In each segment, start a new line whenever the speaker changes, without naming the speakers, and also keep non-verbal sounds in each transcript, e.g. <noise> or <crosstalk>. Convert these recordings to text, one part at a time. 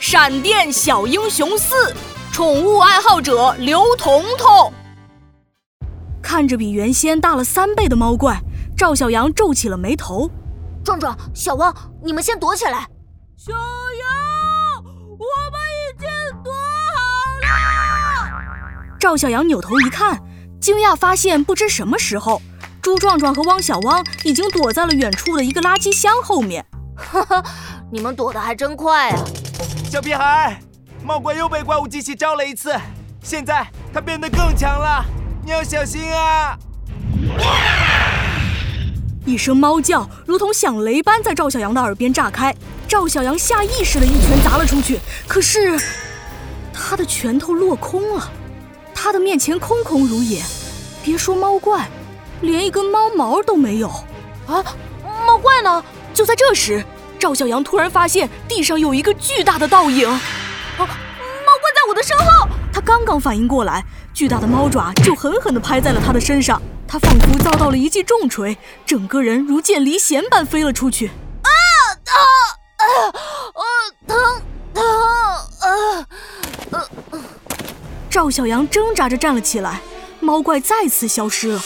闪电小英雄四》，宠物爱好者刘彤彤。
看着比原先大了三倍的猫怪，赵小阳皱起了眉头。
壮壮、小汪，你们先躲起来。
小羊，我们已经躲好
了。赵小阳扭头一看，惊讶发现，不知什么时候，朱壮壮和汪小汪已经躲在了远处的一个垃圾箱后面。
哈哈，你们躲得还真快啊！
小屁孩，猫怪又被怪物机器招了一次，现在它变得更强了，你要小心啊！
一声猫叫如同响雷般在赵小阳的耳边炸开，赵小阳下意识的一拳砸了出去，可是他的拳头落空了，他的面前空空如也，别说猫怪，连一根猫毛都没有。
啊，猫怪呢？
就在这时，赵小阳突然发现地上有一个巨大的倒影，啊，
猫怪在我的身后！
他刚刚反应过来，巨大的猫爪就狠狠地拍在了他的身上。他仿佛遭到了一记重锤，整个人如箭离弦般飞了出去。
啊啊啊！啊疼疼啊！
呃、啊啊，赵小阳挣扎着站了起来，猫怪再次消失了。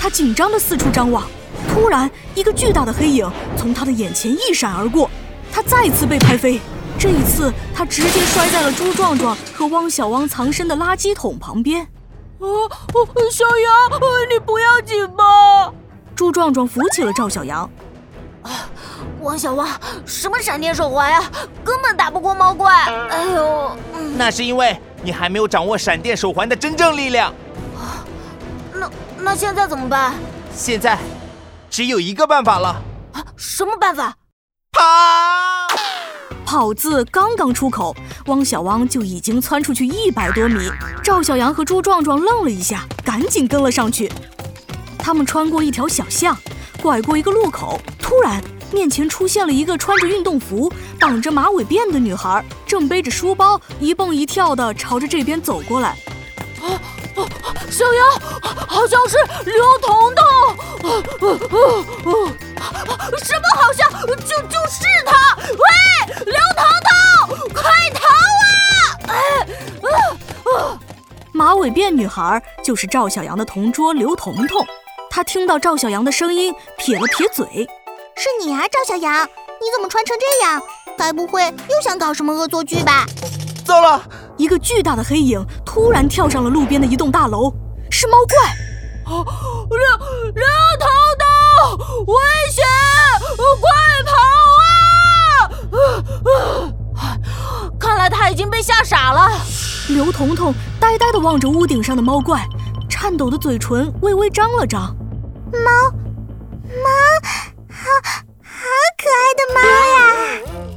他紧张地四处张望，突然一个巨大的黑影从他的眼前一闪而过，他再次被拍飞。这一次，他直接摔在了朱壮壮和汪小汪藏身的垃圾桶旁边。
哦，小羊，你不要紧吧？
朱壮壮扶起了赵小羊。
啊，汪小汪，什么闪电手环呀、啊，根本打不过猫怪。哎呦，
嗯、那是因为你还没有掌握闪电手环的真正力量。
啊，那那现在怎么办？
现在只有一个办法了。
啊，什么办法？
跑！
跑字刚刚出口，汪小汪就已经窜出去一百多米。赵小阳和朱壮壮愣了一下，赶紧跟了上去。他们穿过一条小巷，拐过一个路口，突然面前出现了一个穿着运动服、绑着马尾辫的女孩，正背着书包一蹦一跳的朝着这边走过来。
啊啊！ <gasps> 小羊，好像是刘彤彤。 <laughs> 啊啊啊！什么好像？就就是他。喂，刘彤彤，快逃啊！哎
啊！呃马尾辫女孩就是赵小阳的同桌刘彤彤。她听到赵小阳的声音，撇了撇嘴：“
是你啊，赵小阳，你怎么穿成这样？该不会又想搞什么恶作剧吧？”
糟了！
一个巨大的黑影突然跳上了路边的一栋大楼，是猫怪。
啊！刘刘头头，危险！快
呃跑啊！ <sighs> 看来他已经被吓傻了。
刘彤彤呆呆地望着屋顶上的猫怪，颤抖的嘴唇微微张了张。
猫，猫，好好可爱
的猫呀！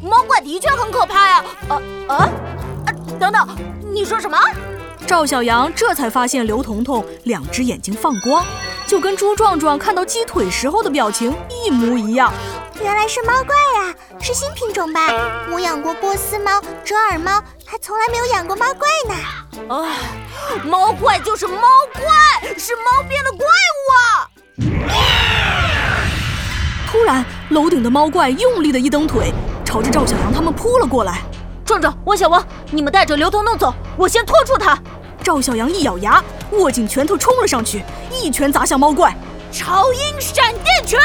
猫怪的确很可怕呀、啊！啊啊！等等，你说什么？
赵小阳这才发现刘彤彤两只眼睛放光，就跟朱壮壮看到鸡腿时候的表情一模一样。
原来是猫怪呀、啊，是新品种吧？我养过波斯猫、折耳猫，还从来没有养过猫怪
呢。啊，猫怪就是猫怪，是猫变的怪物啊！
突然，楼顶的猫怪用力的一蹬腿，朝着赵小阳他们扑了过来。
壮壮，汪小汪，你们带着刘彤彤走，我先拖住他。
赵小阳一咬牙，握紧拳头冲了上去，一拳砸向猫怪。
超音闪电拳！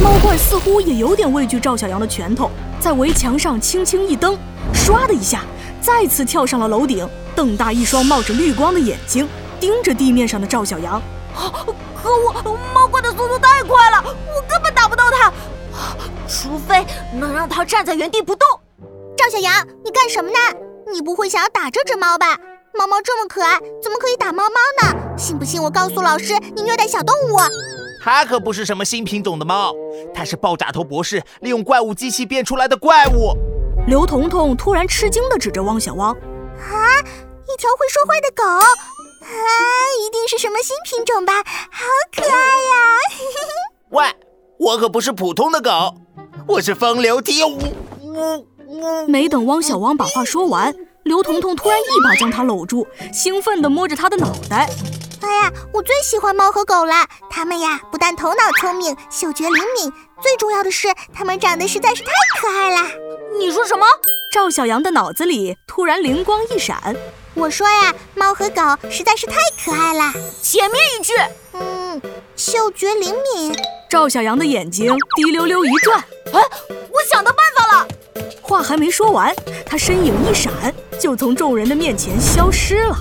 猫怪似乎也有点畏惧赵小阳的拳头，在围墙上轻轻一蹬，唰的一下，再次跳上了楼顶，瞪大一双冒着绿光的眼睛，盯着地面上的赵小阳。
啊、可我猫怪的速度太快了，我根本打不到它、啊，除非能让它站在原地不动。
赵小阳，你干什么呢？你不会想要打这只猫吧？猫猫这么可爱，怎么可以打猫猫呢？信不信我告诉老师，你虐待小动物？
它可不是什么新品种的猫，它是爆炸头博士利用怪物机器变出来的怪物。
刘彤彤突然吃惊地指着汪小汪：“
啊，一条会说话的狗！啊，一定是什么新品种吧？好可爱呀、啊！”
喂，我可不是普通的狗，我是风流倜傥。嗯
没等汪小汪把话说完，刘彤彤突然一把将他搂住，兴奋地摸着他的脑袋。
哎呀，我最喜欢猫和狗了，它们呀不但头脑聪明，嗅觉灵敏，最重要的是它们长得实在是太可爱啦！
你说什么？
赵小阳的脑子里突然灵光一闪，
我说呀，猫和狗实在是太可爱了。
前面一句，
嗯，嗅觉灵敏，
赵小阳的眼睛滴溜溜一转。
哎我想到办法了。
话还没说完，他身影一闪，就从众人的面前消失了。